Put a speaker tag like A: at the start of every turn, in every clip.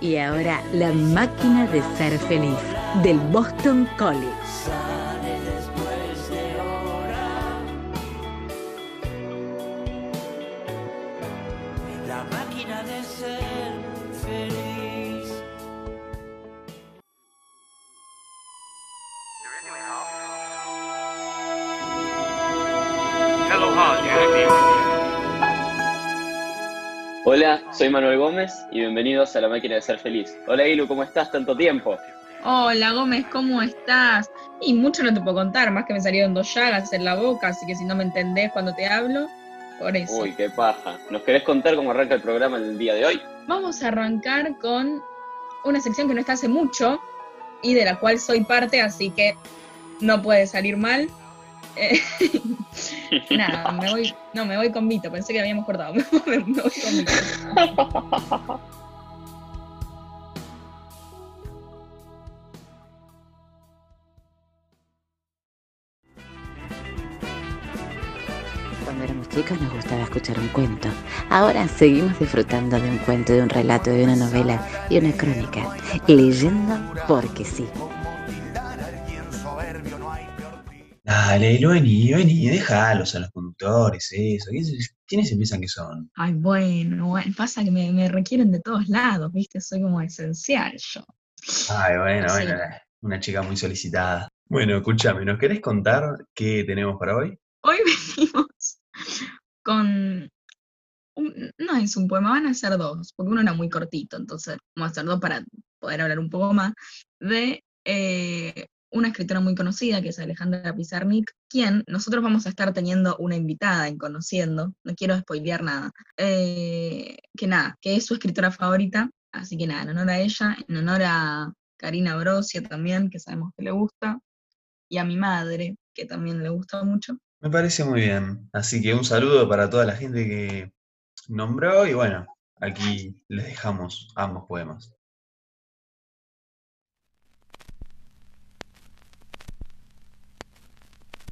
A: Y ahora la máquina de ser feliz del Boston College.
B: La máquina de ser feliz.
C: Hola, soy Manuel Gómez y bienvenidos a La Máquina de Ser Feliz. Hola Ilu, ¿cómo estás? Tanto tiempo.
D: Hola Gómez, ¿cómo estás? Y mucho no te puedo contar, más que me salieron dos llagas en la boca, así que si no me entendés cuando te hablo, por eso.
C: Uy, qué paja. ¿Nos querés contar cómo arranca el programa el día de hoy?
D: Vamos a arrancar con una sección que no está hace mucho y de la cual soy parte, así que no puede salir mal. Eh, Nada, me voy, no, me voy con Vito, pensé que habíamos cortado. Me voy con Vito.
A: Cuando éramos chicos nos gustaba escuchar un cuento. Ahora seguimos disfrutando de un cuento, de un relato, de una novela y una crónica. Leyendo porque sí.
E: Dale, Lu, vení, vení, déjalos a los conductores, eso. ¿Qué se- ¿Quiénes se piensan que son?
D: Ay, bueno, bueno, pasa que me, me requieren de todos lados, ¿viste? Soy como esencial yo.
E: Ay, bueno,
D: Sí.
E: bueno, una chica muy solicitada. Bueno, escúchame, ¿nos querés contar qué tenemos para hoy?
D: Hoy venimos con... un- no es un poema, van a ser dos, porque uno era muy cortito, entonces vamos a hacer dos para poder hablar un poco más, de eh, una escritora muy conocida, que es Alejandra Pizarnik, quien nosotros vamos a estar teniendo una invitada en Conociendo, no quiero spoilear nada, eh, que nada, que es su escritora favorita, así que nada, en honor a ella, en honor a Karina Brosia también, que sabemos que le gusta, y a mi madre, que también le gusta mucho.
E: Me parece muy bien. Así que un saludo para toda la gente que nombró y bueno, aquí les dejamos ambos poemas.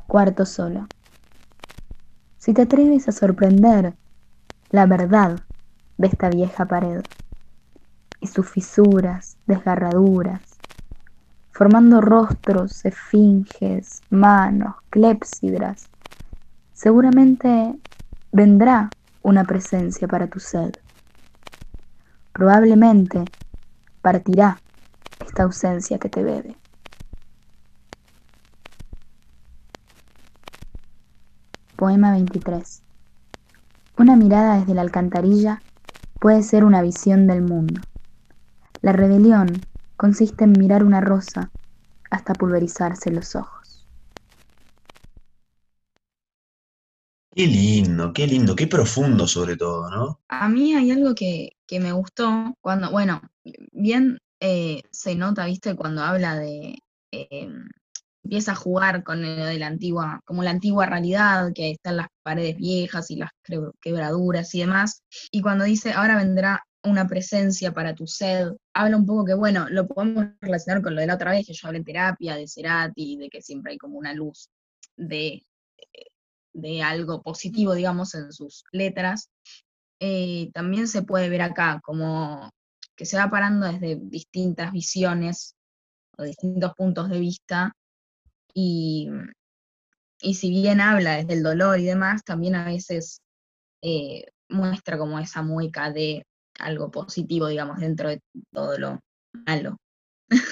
F: cuarto solo. Si te atreves a sorprender la verdad de esta vieja pared y sus fisuras, desgarraduras, formando rostros, esfinges, manos, clepsidras, seguramente vendrá una presencia para tu sed. Probablemente partirá esta ausencia que te bebe. Poema 23. Una mirada desde la alcantarilla puede ser una visión del mundo. La rebelión consiste en mirar una rosa hasta pulverizarse los ojos.
E: Qué lindo, qué lindo, qué profundo sobre todo, ¿no?
D: A mí hay algo que, que me gustó cuando, bueno, bien eh, se nota, viste, cuando habla de, eh, empieza a jugar con lo de la antigua, como la antigua realidad, que están las paredes viejas y las cre- quebraduras y demás, y cuando dice, ahora vendrá una presencia para tu sed, habla un poco que, bueno, lo podemos relacionar con lo de la otra vez, que yo hablé en terapia, de Cerati, de que siempre hay como una luz de, eh, de algo positivo, digamos, en sus letras eh, también se puede ver acá, como que se va parando desde distintas visiones o distintos puntos de vista, y, y si bien habla desde el dolor y demás, también a veces eh, muestra como esa mueca de algo positivo, digamos, dentro de todo lo malo.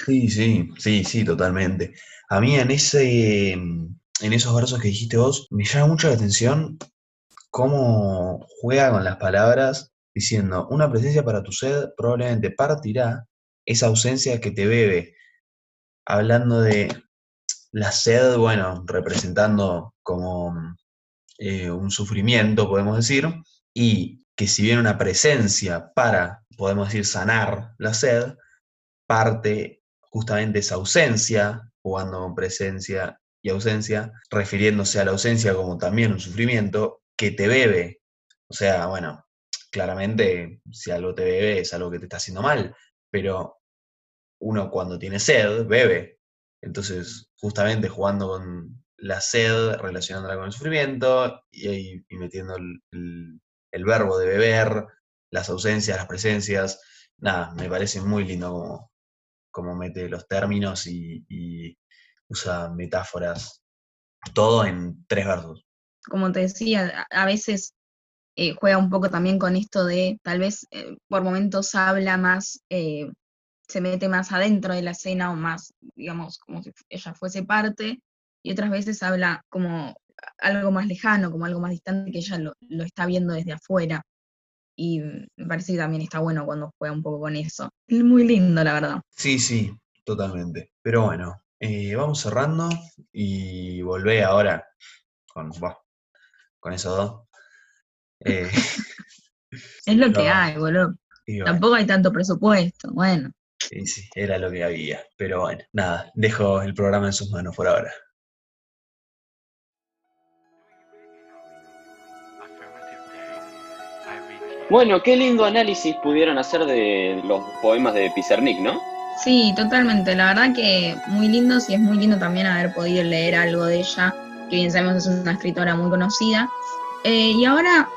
E: Sí, sí, sí, sí, totalmente. A mí en ese, en esos versos que dijiste vos, me llama mucho la atención cómo juega con las palabras diciendo, una presencia para tu sed probablemente partirá esa ausencia que te bebe. Hablando de la sed, bueno, representando como eh, un sufrimiento, podemos decir, y que si bien una presencia para, podemos decir, sanar la sed, parte justamente esa ausencia, jugando con presencia y ausencia, refiriéndose a la ausencia como también un sufrimiento, que te bebe. O sea, bueno, claramente si algo te bebe es algo que te está haciendo mal, pero uno cuando tiene sed, bebe. Entonces, justamente jugando con la sed, relacionándola con el sufrimiento y, ahí- y metiendo el- el- el verbo de beber, las ausencias, las presencias, nada, me parece muy lindo como, como mete los términos y, y usa metáforas. Todo en tres versos.
D: Como te decía, a a veces eh, juega un poco también con esto de, tal vez eh, por momentos habla más, eh, se mete más adentro de la escena o más, digamos, como si fu- ella fuese parte, y otras veces habla como algo más lejano, como algo más distante que ella lo, lo está viendo desde afuera. Y mm, me parece que también está bueno cuando juega un poco con eso. Es muy lindo, la verdad.
E: Sí, sí, totalmente. Pero bueno, eh, vamos cerrando y volvé ahora con, buah, con esos dos. Eh,
D: Es lo que
E: No.
D: hay, boludo.
E: y bueno,
D: Tampoco hay tanto presupuesto. Bueno,
E: y sí, era lo que había. Pero bueno, nada, dejo el programa en sus manos por ahora.
C: Bueno, qué lindo análisis pudieron hacer de los poemas de Pizarnik, ¿no?
D: sí, totalmente. La verdad que muy lindo, sí, es muy lindo también haber podido leer algo de ella, que bien sabemos es una escritora muy conocida. Eh, y ahora,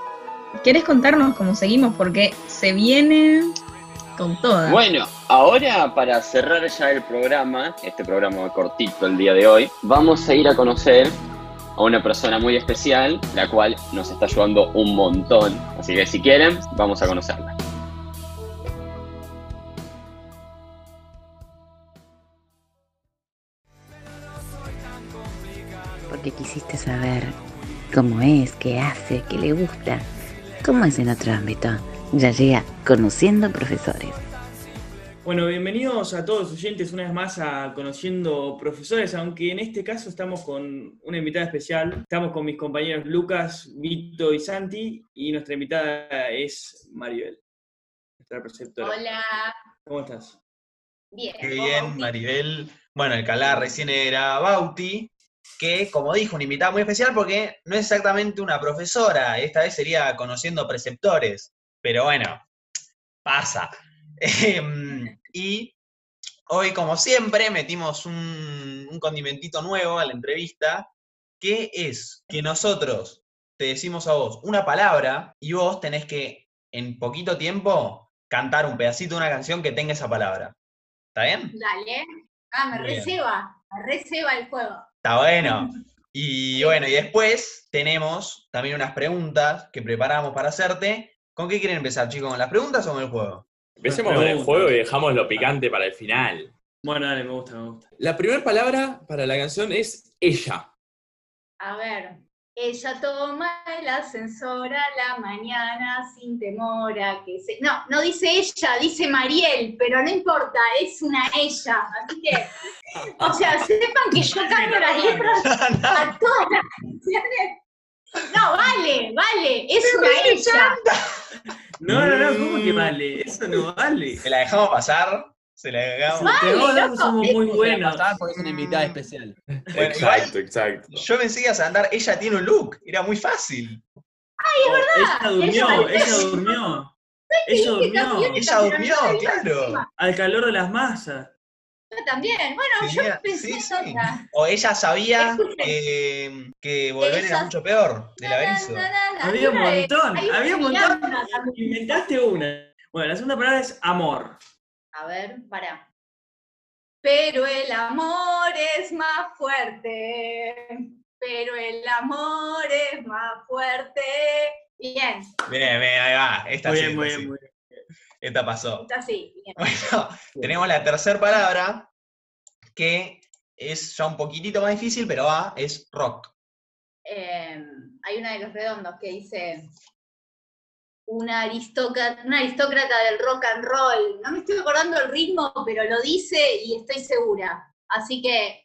D: ¿querés contarnos cómo seguimos? Porque se viene con
G: Ah.
D: toda.
C: Bueno, ahora para cerrar ya el programa, este programa cortito el día de hoy, vamos a ir a conocer a una persona muy especial, la cual nos está ayudando un montón. Así que si quieren, vamos a conocerla.
A: Porque quisiste saber cómo es, qué hace, qué le gusta, cómo es en otro ámbito. Ya llega Conociendo Profesores.
H: Bueno, bienvenidos a todos los oyentes una vez más a Conociendo Profesores, aunque en este caso estamos con una invitada especial. Estamos con mis compañeros Lucas, Vito y Santi, y nuestra invitada es Maribel, nuestra preceptora.
I: Hola,
H: ¿Cómo estás?
I: bien.
E: Qué
I: vos,
E: bien,
I: Bauti.
E: Maribel. Bueno, Alcalá recién era Bauti, que como dijo, una invitada muy especial porque no es exactamente una profesora, esta vez sería conociendo preceptores, pero bueno, pasa. Em, y hoy, como siempre, metimos un, un condimentito nuevo a la entrevista, que es que nosotros te decimos a vos una palabra y vos tenés que, en poquito tiempo, cantar un pedacito de una canción que tenga esa palabra. ¿Está bien?
I: Dale. Ah, me
E: Muy bien.
I: receba, me receba el juego.
E: Está bueno. Y bueno, y después tenemos también unas preguntas que preparamos para hacerte. ¿Con qué quieren empezar, chicos? ¿Con las preguntas o con el juego?
J: Empecemos con el juego y dejamos lo picante para el final.
H: Bueno, dale, me gusta, me gusta.
J: La primera palabra para la canción es ella.
I: A ver. Ella toma el ascensor a la mañana sin temor a que se. No, no dice ella, dice Mariel, pero no importa, es una ella. Así que, o sea, sepan que yo canto las letras a todas las canciones. No, vale, vale, es una ella.
H: No, no, no, ¿cómo que vale? Eso no vale.
E: ¿Se la dejamos pasar? ¿Se la dejamos?
H: Te
I: loco.
H: vos somos muy buenos.
G: Pasaba porque es una invitada especial.
E: Bueno,
J: exacto, exacto.
E: Yo pensé que ibas a andar, ella tiene un look, era muy fácil.
H: Ella durmió,
I: Ella-
H: ella durmió. Ella durmió
E: Ella durmió, claro.
H: al calor de las masas.
I: Yo también. Bueno,
E: Tenía-
I: yo pensé
E: sí,
I: en
E: sí.
I: otra.
E: O ella sabía
I: Escuchen.
E: que, que volver era
I: Ella-
E: mucho peor, del aviso.
I: Na, na, na, na.
H: Había un
I: Una de-
H: montón,
I: hay una
H: había un montón.
I: milanga también.
H: Inventaste una. Bueno, la segunda palabra es amor.
I: A ver, pará. Pero el amor es más fuerte. Pero el amor es más fuerte. Bien,
E: Bien, bien, ahí va. Esta
H: Muy
E: sí,
H: bien, muy
E: esta sí.
H: bien, muy bien.
E: Esta pasó.
I: está así. bien.
E: Bueno, tenemos la tercera palabra, que es ya un poquitito más difícil, pero va, es rock.
I: Eh, hay una de los redondos que dice. Una aristócrata, una aristócrata del rock and roll. No me estoy acordando el ritmo, pero lo dice y estoy segura. Así que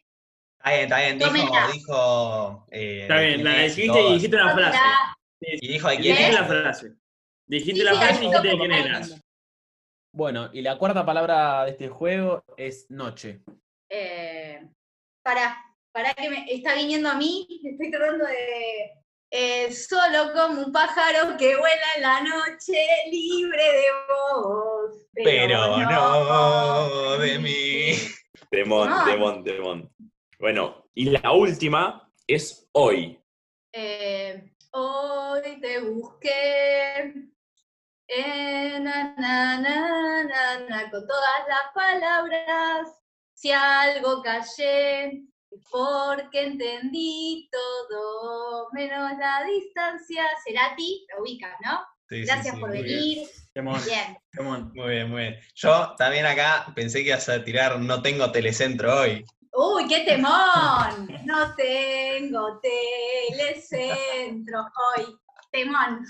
E: Está bien, está bien,
I: Tómela.
E: dijo, dijo. eh,
H: Está
E: de
H: bien,
E: quién
H: la
E: es y
H: dijiste ¿Eh? y
E: todo.
H: dijiste una frase.
I: tómela.
E: Y dijo de quién
H: Dijiste
E: es.
H: la frase. Dijiste
I: Sí,
H: la
I: sí,
H: frase y
I: ahí
H: dijiste de
I: está.
H: quién eras.
G: Bueno, y la cuarta palabra de este juego es noche.
I: Eh, para, para que me está viniendo a mí, me estoy tratando de. eh, solo como un pájaro que vuela en la noche, libre de vos.
E: Pero no de mí.
J: Demon,
I: Ah.
J: demon, demon. Bueno, y la última es hoy.
I: Eh, hoy te busqué. Eh, na, na, na, na, na, con todas las palabras, si algo callé, porque entendí todo, menos la distancia. Cerati, lo ubicas, ¿no?
E: Sí, sí,
I: Gracias
E: sí,
I: por
E: muy bien.
I: venir.
H: Temón,
I: Bien.
H: temón.
E: Muy bien, muy bien. Yo también acá pensé que ibas a tirar No tengo telecentro hoy.
I: ¡Uy, qué temón! No tengo telecentro hoy. Temón.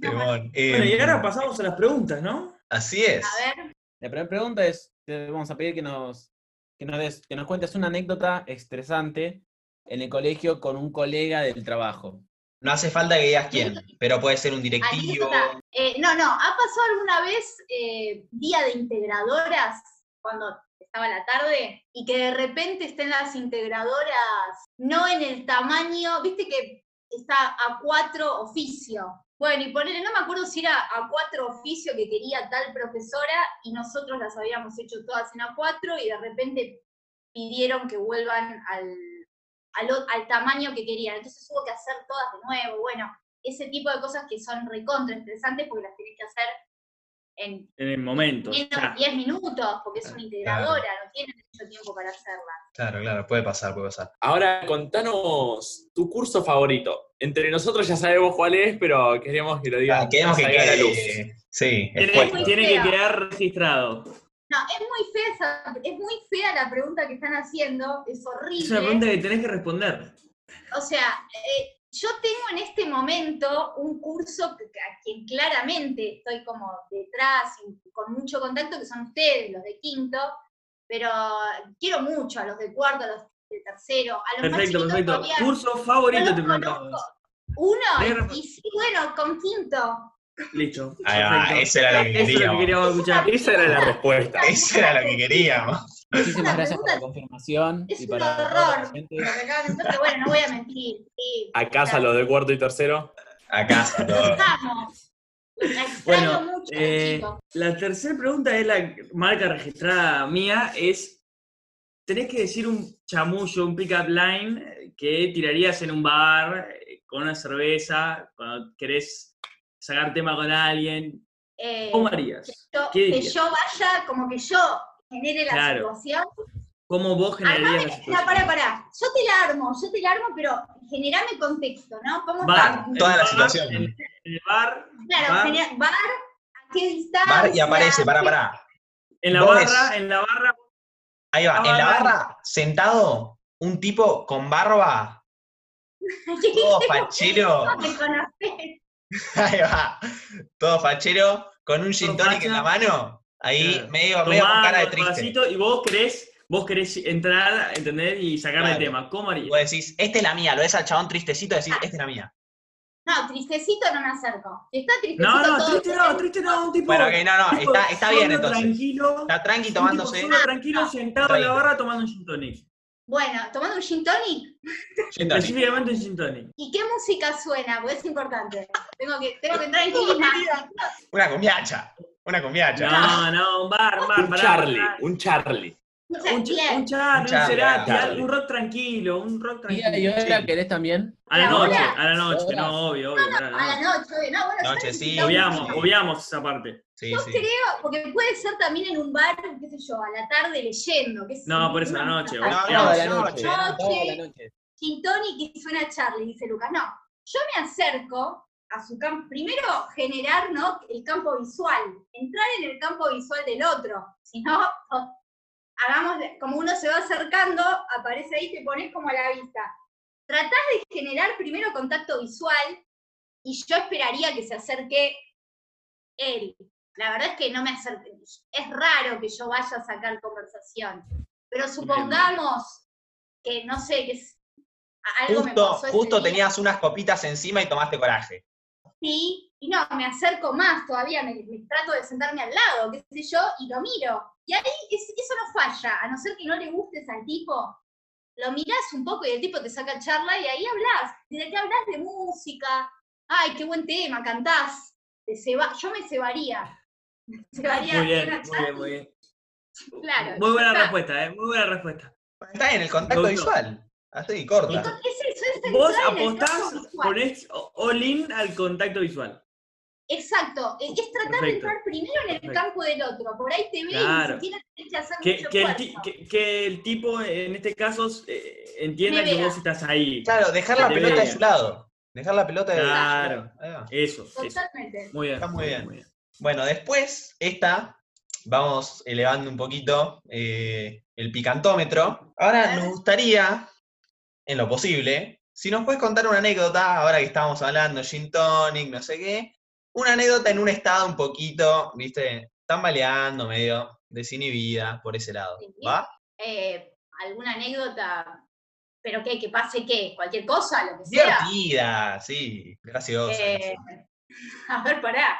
E: Temón.
H: Bueno, y
E: Em,
H: ahora pasamos a las preguntas, ¿no?
E: Así es.
I: A ver,
G: La primera pregunta es, te vamos a pedir que nos, que nos, des- que nos cuentes una anécdota estresante en el colegio con un colega del trabajo.
E: No hace falta que digas quién, pero puede
I: Ah,
E: ser un directivo.
I: anécdota. Eh, no, no, ¿ha pasado alguna vez eh, día de integradoras cuando estaba la tarde y que de repente estén las integradoras no en el tamaño, viste que está a cuatro oficio? Bueno, y ponele, no me acuerdo si era a cuatro oficio que quería tal profesora y nosotros las habíamos hecho todas en a cuatro y de repente pidieron que vuelvan al, al, o- al tamaño que querían. Entonces hubo que hacer todas de nuevo. Bueno, ese tipo de cosas que son recontra estresantes porque las tenés que hacer en
H: En el momento.
I: menos
H: ya.
I: de 10 minutos, porque es una integradora, no tiene mucho tiempo para hacerla.
E: Claro, claro, puede pasar, puede pasar.
J: Ahora contanos tu curso favorito. Entre nosotros ya sabemos cuál es, pero queremos que lo digas.
E: Ah, queremos que
J: salga a
E: quede
J: la luz.
E: Sí,
H: Tiene,
E: expuesto.
H: tiene que
I: Fea.
H: quedar registrado.
I: No, es muy fea esa- es muy fea la pregunta que están haciendo, es horrible.
H: Es una pregunta que tenés que responder.
I: O sea, eh, yo tengo en este momento un curso que- a quien claramente estoy como detrás, y con mucho contacto, que son ustedes, los de quinto, pero quiero mucho a los de cuarto, a los de tercero, a los más
H: Perfecto,
I: chiquitos
H: perfecto.
I: todavía.
H: Curso favorito
I: No
H: te
I: los
H: preguntamos. Pero-
I: Uno, y sí, bueno, con quinto.
H: Listo.
E: Ahí va,
H: perfecto.
E: eso era lo que
H: Eso es lo que
E: queríamos.
H: queríamos escuchar.
J: Esa era la respuesta.
E: Eso era lo que queríamos.
I: una
G: Muchísimas gracias por
I: pregunta-
G: la confirmación
I: es
G: y
I: un
G: para todos
I: horror.
G: los oyentes.
I: Lo que acaban de hacer, pero bueno, no voy a mentir. Sí,
J: ¿A casa los de cuarto y tercero?
E: Acá está todo.
I: Vamos. La extraño
H: Bueno,
I: mucho,
H: eh,
I: chicos.
H: la tercera pregunta es la marca registrada mía, es, tenés que decir un chamullo, un pick-up line eh, que tirarías en un bar, eh, con una cerveza, cuando querés sacar tema con alguien.
I: Eh,
H: ¿Cómo harías?
I: yo-
H: ¿Qué
I: que
H: dirías?
I: yo vaya, como que yo genere la
H: Claro.
I: situación.
H: ¿Cómo vos generarías la
I: Armame,
H: situación?
I: no, pará, pará. Yo te la armo, yo te la armo, pero generame contexto, ¿no? ¿Cómo
H: Bar,
I: está?
E: Toda
H: el
E: la
H: bar,
E: situación.
H: En, en el bar,
I: Claro,
H: bar.
I: genera- bar, ¿a qué distancia?
E: Bar y aparece, pará, pará.
H: en la
E: Vos
H: barra,
E: ves.
H: en la barra,
E: Ahí va, en la
H: Ahora-
E: barra, sentado, un tipo con barba,
I: ¿Qué
E: todo
I: dices?
E: fachero.
I: No me conocés.
E: Ahí va, todo fachero, con un gin
H: Todo
E: tonic en la mano. Ahí
H: Claro.
E: medio, medio con cara de
H: tomás un
E: triste.
H: vasito y vos querés, vos querés entrar, entender y sacar
E: Claro.
H: el tema. ¿Cómo harías?
E: Vos decís, esta es la mía, lo ves al chabón tristecito, decís, esta es la mía.
I: No, tristecito no me acerco. Está tristecito
H: No, no,
I: todo.
H: triste no, triste no, un tipo.
E: Bueno, ok, no, no,
H: tipo
E: está, está bien
H: solo,
E: entonces.
H: Tranquilo,
E: Está tranqui
H: un
E: tomándose.
H: tipo solo, tranquilo, sentado en la
E: Tranquilo.
H: barra tomando un gin tonic.
I: Bueno, tomando un gin tonic.
E: gin tonic.
H: Específicamente un gin tonic.
I: ¿Y qué música suena? Porque es importante. Tengo que, tengo que entrar en clima.
E: Una cumbiacha, una cumbiacha.
H: No, no, un bar, un bar,
J: Un
H: pará,
J: Charlie,
H: pará.
J: un Charlie.
I: O sea,
H: Un, ch-
I: bien.
H: un Charlie, un
E: Charlie,
H: Cerati,
J: Charlie.
H: algo- un rock tranquilo, un rock
G: ¿Y a-
H: tranquilo.
G: y ahora
H: sí.
G: querés también?
H: A la
I: La
H: noche,
I: hora.
H: a la noche,
G: Horas.
H: no, obvio, obvio. pará,
I: A la
H: no.
I: noche, oye, no, bueno,
E: Noche,
I: ya
E: sí.
I: necesitamos-
H: Obviamos, obviamos esa parte.
E: Sí, sí.
I: Porque puede ser también en un bar, qué sé yo, a la tarde leyendo. qué sé
H: No,
I: yo,
H: por eso a la
I: una-
H: noche,
I: una-
E: No,
G: Toda la
E: no,
G: noche.
I: no,
G: Toda la
I: sí.
G: noche.
I: Gin tonic y suena Charlie, dice Lucas. No, yo me acerco a su campo. Primero, generar ¿no? el campo visual. Entrar en el campo visual del otro. Si no, o- hagamos, como uno se va acercando, aparece ahí y te pones como a la vista. Tratás de generar primero contacto visual y yo esperaría que se acerque él. La verdad es que no me acerqué. Es raro que yo vaya a sacar conversación. Pero supongamos que, no sé, que es- a- algo me
E: Justo,
I: pasó ese
E: justo
I: día.
E: tenías unas copitas encima y tomaste coraje.
I: Sí, y no, me acerco más todavía, me, me trato de sentarme al lado, qué sé yo, y lo miro. Y ahí es- eso no falla, a no ser que no le gustes al tipo. Lo mirás un poco y el tipo te saca charla y ahí hablas. Y de qué hablas de música. Ay, qué buen tema, cantás. Te ceba- yo me cebaría. Me cebaría
H: Muy bien,
I: una
H: muy bien, muy bien.
I: charla, Claro.
H: Muy buena
I: ya está.
H: respuesta, eh, muy buena respuesta.
E: Está en el contacto
H: Me gustó.
E: visual. Así, corta.
I: Entonces, eso es
H: Vos
I: sensual en el campo
H: apostás,
I: visual.
H: ponés all in al contacto visual.
I: Exacto, eh, es tratar de
H: Perfecto.
I: entrar primero en el
H: Perfecto.
I: campo del otro, por ahí te ve
H: Claro.
I: y si quieres tenés que hacer
H: Que,
I: mucho
H: que el ti-
I: esfuerzo.
H: que- que el tipo, en este caso, eh, entienda
I: Me
H: que
I: vea.
H: vos estás ahí.
E: Claro, dejar la
H: Sí.
E: pelota de su lado. Dejar la pelota de
H: Claro.
E: Ahí va.
H: Eso, eso.
I: Totalmente.
H: Muy bien.
E: Está muy bien. Bueno, después, esta, vamos elevando un poquito eh, el picantómetro. Ahora nos gustaría, en lo posible, si nos puedes contar una anécdota, ahora que estábamos hablando, gin tonic, no sé qué, una anécdota en un estado un poquito, viste, tambaleando, medio desinhibida, por ese lado,
I: Sí.
E: ¿va?
I: Eh, ¿Alguna anécdota? ¿Pero qué? ¿Que pase qué? ¿Cualquier cosa? Lo que sea.
E: Divertida, sí, graciosa.
I: Eh, a ver, pará.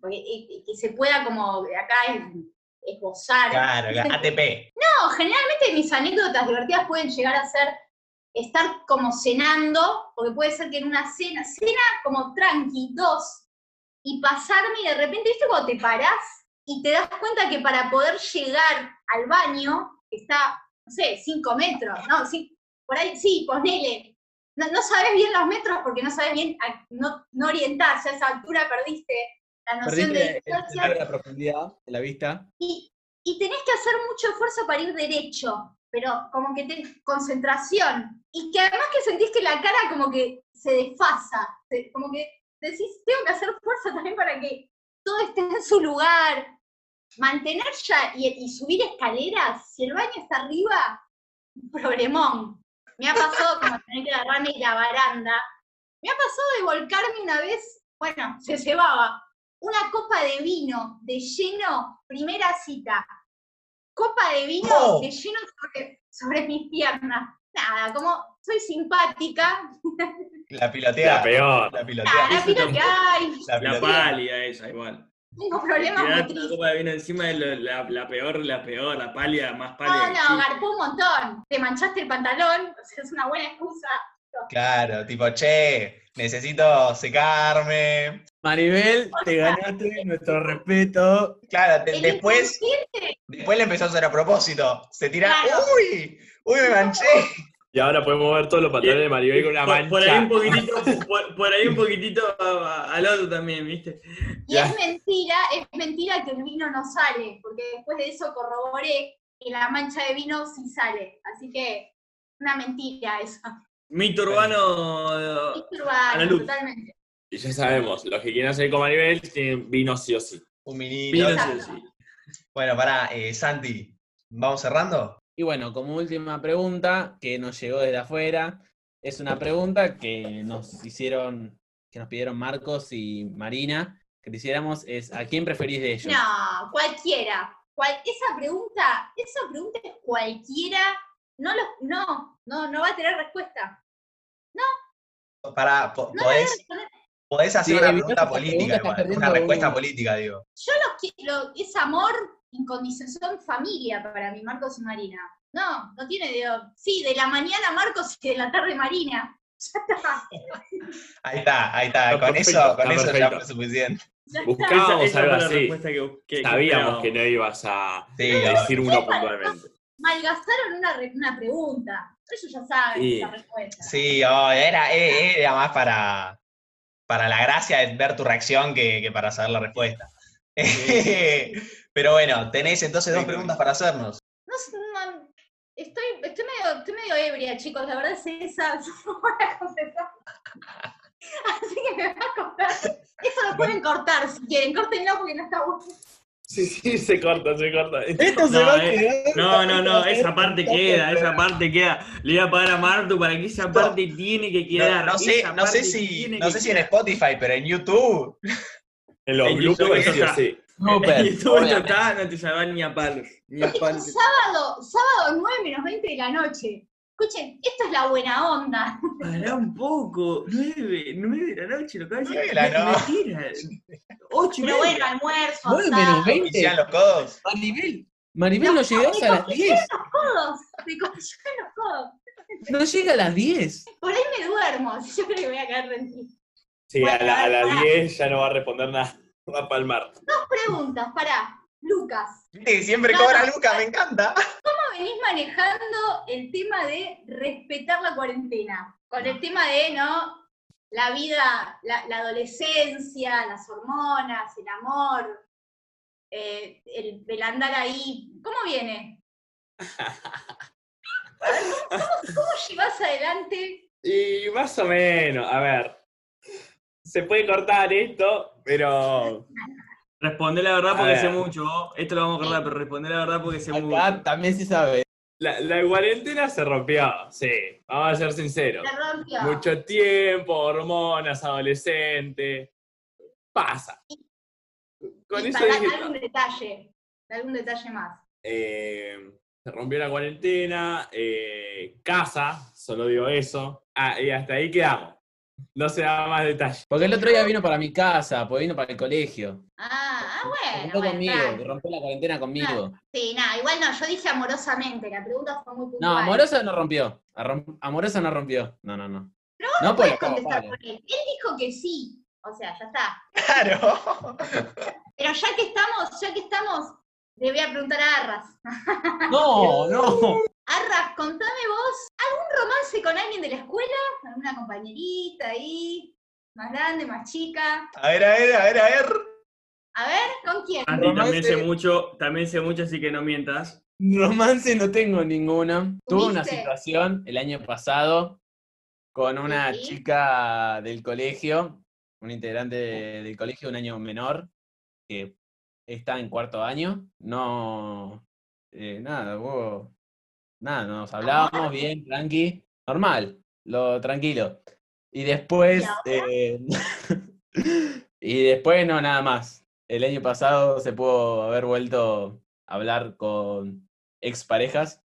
I: Porque, y- y que se pueda como acá es- esbozar.
E: Claro, la
H: Ah,
E: ATP.
I: No, generalmente mis anécdotas divertidas pueden llegar a ser estar como cenando, porque puede ser que en una cena, cena como tranqui, dos, y pasarme y de repente, ¿viste cuando te parás y te das cuenta que para poder llegar al baño, que está, no sé, cinco metros, no, sí, por ahí, sí, ponele. No, no sabes bien los metros porque no sabes bien, a- no, no orientás, a esa altura perdiste la noción
G: Perdiste
I: de
G: el
I: distancia
G: sentido de la profundidad, de la vista.
I: y, y tenés que hacer mucho esfuerzo para ir derecho, pero como que tenés concentración. Y que además que sentís que la cara como que se desfasa, se- como que decís, tengo que hacer fuerza también para que todo esté en su lugar. Mantener ya y, y subir escaleras, si el baño está arriba, un problemón. Me ha pasado como tener que agarrarme y la baranda. Me ha pasado de volcarme una vez, bueno, se llevaba, una copa de vino de lleno, primera cita. Copa de vino
E: No.
I: de lleno sobre, sobre mis piernas. Nada, como soy simpática.
E: La pilotea.
J: La peor.
E: La pilotea.
I: Nada, mira que hay.
E: La
H: La
E: pilotea.
H: pálida esa, igual.
I: Tengo
H: Tirarte
I: problemas muy
H: una
I: tristes.
H: copa de vino encima es lo- la, la peor, la peor, la pálida, más
I: No,
H: pálida. que
I: Ah, no,
H: existe.
I: garpó un montón. Te manchaste el pantalón, o sea, es una buena excusa.
E: Claro, tipo, che, necesito secarme.
G: Maribel, te ganaste nuestro respeto.
E: Claro, te-
I: El
E: después,
I: inconsciente,
E: después le empezó a hacer a propósito. Se tira,
I: Claro.
E: uy, uy, me manché.
J: Y ahora podemos ver todos los pantalones de Maribel con una
H: Por,
J: mancha.
H: por ahí un poquitito, por, por ahí un poquitito a- a- al otro también, ¿viste?
I: Y es mentira, es mentira que el vino no sale, porque después de eso corroboré que la mancha de vino sí sale. Así que, una mentira eso.
H: Mito urbano. eh,
I: Urbano,
H: la luz.
I: totalmente.
J: Y ya sabemos, los que quieren salir con Maribel tienen vino sí o sí.
E: Un minito.
H: Vino
I: Exacto.
H: sí o sí.
E: Bueno, pará, eh, Santi, ¿vamos cerrando?
G: Y bueno, como última pregunta, que nos llegó desde afuera, es una pregunta que nos hicieron, que nos pidieron Marcos y Marina, que te hiciéramos es ¿a quién preferís de ellos?
I: No, cualquiera. Cual- esa pregunta, esa pregunta es cualquiera. No, los, no, no, no va a tener respuesta.
E: Pará, po-
I: No,
E: podés,
I: no, no,
E: podés hacer
G: Sí,
E: una
G: evitá
E: pregunta
G: esa
E: política,
G: pregunta, estás
E: igual, una
G: perdiendo
E: respuesta
G: un-
E: política, digo.
I: los qui- lo- es amor, incondición, familia para mí, Marcos y Marina. No, no tiene de. Sí, de la mañana Marcos y de la tarde Marina. Ya está.
E: Ahí está, ahí está,
J: Está
E: con
J: perfecto,
E: eso, con
J: está
E: eso ya
J: perfecto.
E: fue suficiente.
I: ya está.
J: Buscábamos
H: Esa- esa
J: algo
H: fue la
J: así.
H: respuesta que- que- que
J: Sabíamos
H: esperábamos.
J: que no ibas a
E: Sí, ahora.
J: decir uno puntualmente.
I: Malgastaron una, re- una pregunta. Ellos ya saben
J: Sí.
I: esa respuesta.
E: Sí, oh, era, eh, era más para, para la gracia de ver tu reacción que, que para saber la respuesta. Pero bueno, tenés entonces dos
H: Sí.
E: preguntas para hacernos.
I: No, sé, no- estoy, estoy, medio, estoy medio ebria, chicos. La verdad es esa. no voy a confesar. Así que me va a cortar. Eso lo pueden cortar si quieren. Córtenlo porque no está bueno.
J: Sí, sí, se corta, se corta.
G: Esto
H: se No, va a eh,
G: quedar.
H: No, no, no, esa parte queda, esa parte queda. Le voy a pagar a Martu para que esa parte tiene que
E: No,
H: quedar.
E: no sé,
H: esa
E: no sé
H: parte
E: si,
H: tiene
E: no
H: que
E: sé si en
H: quedar.
E: Spotify, pero en YouTube.
J: En los
H: En YouTube
J: bloopers
H: eso
J: sí o
H: está.
J: sí.
H: Y todo esto está, no te salvan ni a palos. Ni a palos.
I: Sábado, sábado 9 menos 20 de la noche. Escuchen, esto es la buena onda.
H: Pará un poco. Nueve, nueve de la noche, lo acabas de
E: Nueve de
H: decir.
E: la
H: es mentira. Ocho y
I: Pero bueno,
H: media.
I: almuerzo,
G: Nueve menos
I: asado.
E: ¿Y
G: 20.
E: sean los codos?
G: Maribel, Maribel, no llegás a las 10.
I: los codos. Me cogió los codos.
G: No llega a las 10.
I: Por ahí me duermo. Yo creo que voy a caer rendido.
J: Sí, a la- a las 10 ya no va a responder nada. Va a palmar.
I: Preguntas, pará. Lucas.
E: Viste que siempre
I: Claro.
E: cobra Luca, me encanta.
I: venís manejando el tema de respetar la cuarentena? Con el tema de, ¿no? la vida, la, la adolescencia, las hormonas, el amor, eh, el, el andar ahí. ¿Cómo viene? A ver, ¿cómo, cómo, cómo llevas adelante?
J: Y más o menos, a ver. Se puede cortar esto, pero.
H: Responde la
J: A
H: verdad porque
J: ver.
H: sé mucho. Esto lo vamos a cortar, pero responde la verdad porque sé
G: Acá
H: mucho.
G: también se sabe.
J: La, la cuarentena se rompió, sí. Vamos a ser sinceros.
I: La rompió.
J: Mucho tiempo, hormonas, adolescente. Pasa. Con
I: Y
J: eso
I: para-
J: dije,
I: algún detalle, algún detalle más.
J: eh, se rompió la cuarentena, eh, casa, solo digo eso. Ah, y hasta ahí quedamos. No se da más detalle.
G: Porque el otro día vino para mi casa, pues vino para el colegio.
I: Ah, ah,
G: Se
I: bueno.
G: juntó
I: bueno,
G: conmigo,
I: está. Ah,
G: que rompió la cuarentena conmigo.
I: Sí, nada, igual no, yo dije amorosamente, la pregunta fue muy puntual.
G: No, amorosa no rompió. Arrom- Amorosa no rompió. No, no, no.
I: Pero
G: No,
I: no
G: pues,
I: puedes
G: no,
I: contestar
G: vale.
I: por él. Él dijo que sí, o sea, ya está.
K: Claro.
I: Pero ya que estamos, ya que estamos, le voy a preguntar a Arras.
G: No, no.
I: Arras, contame vos, ¿algún romance con alguien de la escuela? ¿Alguna compañerita ahí? ¿Más grande, más chica?
K: A ver, a ver, a ver, a ver.
I: A ver, ¿con quién? Ah,
H: Santi, también
G: Romance.
H: sé mucho, también sé mucho, así que no mientas.
G: Romance no tengo ninguno. Tuve una
I: ¿Tuviste?
G: situación el año pasado con una
I: Sí.
G: chica del colegio, un integrante de- del colegio, un año menor, que está en cuarto año. No, eh, nada, hubo- nada, nos hablábamos bien, tranqui, normal, lo tranquilo. Y después, eh, y después no, nada más. El año pasado se pudo haber vuelto a hablar con exparejas,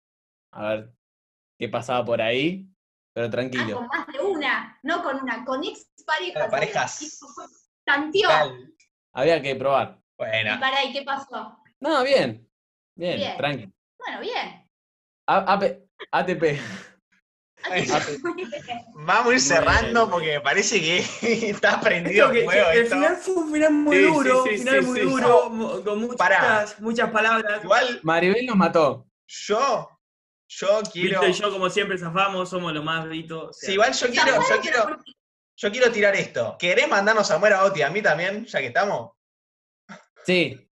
G: a ver qué pasaba por ahí, pero
I: Ah,
G: tranquilo.
I: con más de una, no con una, con ex parejas.
K: Con parejas.
I: Tanteó.
K: Tal.
G: Había que probar.
I: Y
K: Bueno,
I: para ahí, ¿qué pasó?
G: No, bien, bien,
I: Bien.
G: tranqui.
I: Bueno, bien.
G: A- AP, ATP.
E: Ah,
K: vamos a ir cerrando porque me parece que está prendido
H: Creo
K: el
H: que
K: juego
H: el
K: esto.
H: final fue un final muy
J: Sí, sí,
H: duro,
J: sí,
H: final
J: sí,
H: muy
J: sí.
H: duro, mo- con muchas,
K: Pará.
H: muchas palabras.
K: Igual
G: Maribel nos mató.
K: yo, yo quiero.
H: Vito y yo, como siempre, zafamos, somos los más Vito. o sea,
K: Sí, igual yo quiero, yo quiero, yo quiero tirar esto. ¿Querés mandarnos a muera a Oti a mí también, ya que estamos?
G: Sí,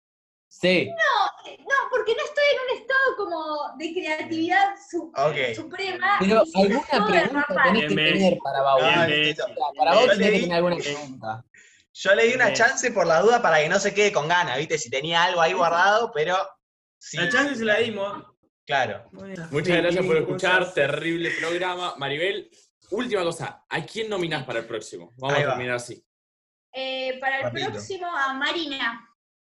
G: sí.
I: No, porque no estoy en un estado como de creatividad su-
K: Ok.
I: suprema.
G: Pero
I: y si me
G: alguna
I: joden,
G: pregunta
I: Rafa,
G: tenés que
H: Bien,
G: tener para Bau.
K: No,
H: Ah, bien,
K: listo.
G: Para vos
K: Yo
G: tenés que
K: leí-
G: tener alguna pregunta.
K: Yo le di una
H: Bien.
K: chance por la duda para que no se quede con ganas, ¿viste? Si tenía algo ahí guardado, pero. Sí,
H: La chance se la dimos.
K: Claro.
J: Muchas
H: Sí,
J: gracias por
H: sí,
J: escuchar,
H: cosas.
J: terrible programa. Maribel, última cosa, ¿a quién nominás para el próximo? Vamos
K: Ahí
J: a
K: va.
J: terminar así.
I: eh, para el
K: Papito.
I: próximo a Marina.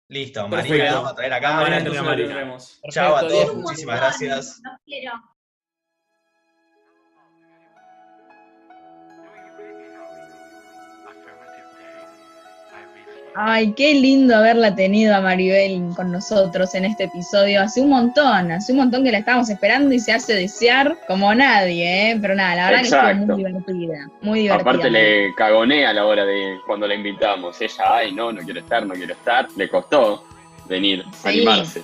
K: Listo,
J: Perfecto.
K: Marina, la vamos a traer acá.
J: Ahora
H: Ahora
J: tenemos
H: entonces
J: a
H: lo
J: Marina.
H: tendremos.
K: Chao a
G: Perfecto,
K: todos,
G: Diego.
K: muchísimas gracias.
I: Los quiero.
D: Ay, qué lindo haberla tenido a Maribel con nosotros en este episodio. Hace un montón, hace un montón que la estábamos esperando y se hace desear como nadie, ¿eh? Pero nada, la verdad que
C: Exacto.
D: estuvo muy divertida. Muy divertida.
C: Aparte le cagonea a la hora de cuando la invitamos. Ella, ay, no, no quiero estar, no quiero estar. Le costó venir,
D: Sí.
C: animarse.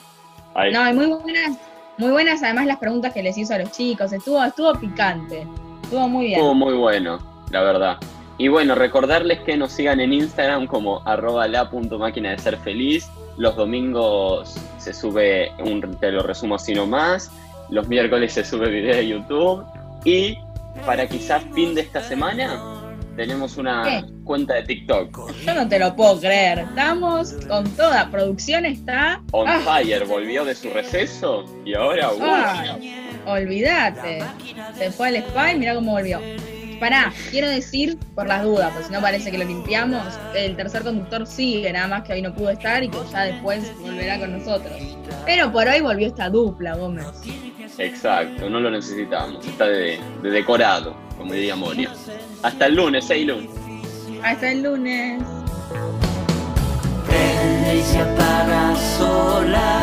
C: Ahí.
D: No, y muy buenas, muy buenas además las preguntas que les hizo a los chicos. Estuvo, estuvo picante. Estuvo muy bien.
C: Estuvo muy bueno, la verdad. Y bueno, recordarles que nos sigan en Instagram como arroba la punto máquina de ser feliz. Los domingos se sube un, te lo resumo así nomás. Los miércoles se sube video de YouTube. Y para quizás fin de esta semana tenemos una
D: ¿Qué?
C: cuenta de TikTok.
D: Yo no te lo puedo creer. Estamos con toda. Producción está.
C: On
D: Ah.
C: Fire volvió de su receso y ahora... uh,
D: Ah, olvídate. Se fue al spa y mirá cómo volvió. Pará, quiero decir, por las dudas, porque si no parece que lo limpiamos, el tercer conductor sigue, nada más que hoy no pudo estar y que ya después volverá con nosotros. Pero por hoy volvió esta dupla, Gómez.
C: Exacto, no lo necesitamos. Está de, de decorado, como diría Moria. Hasta el lunes, Eilun.
D: Hasta el lunes.
B: Prende y se apaga sola.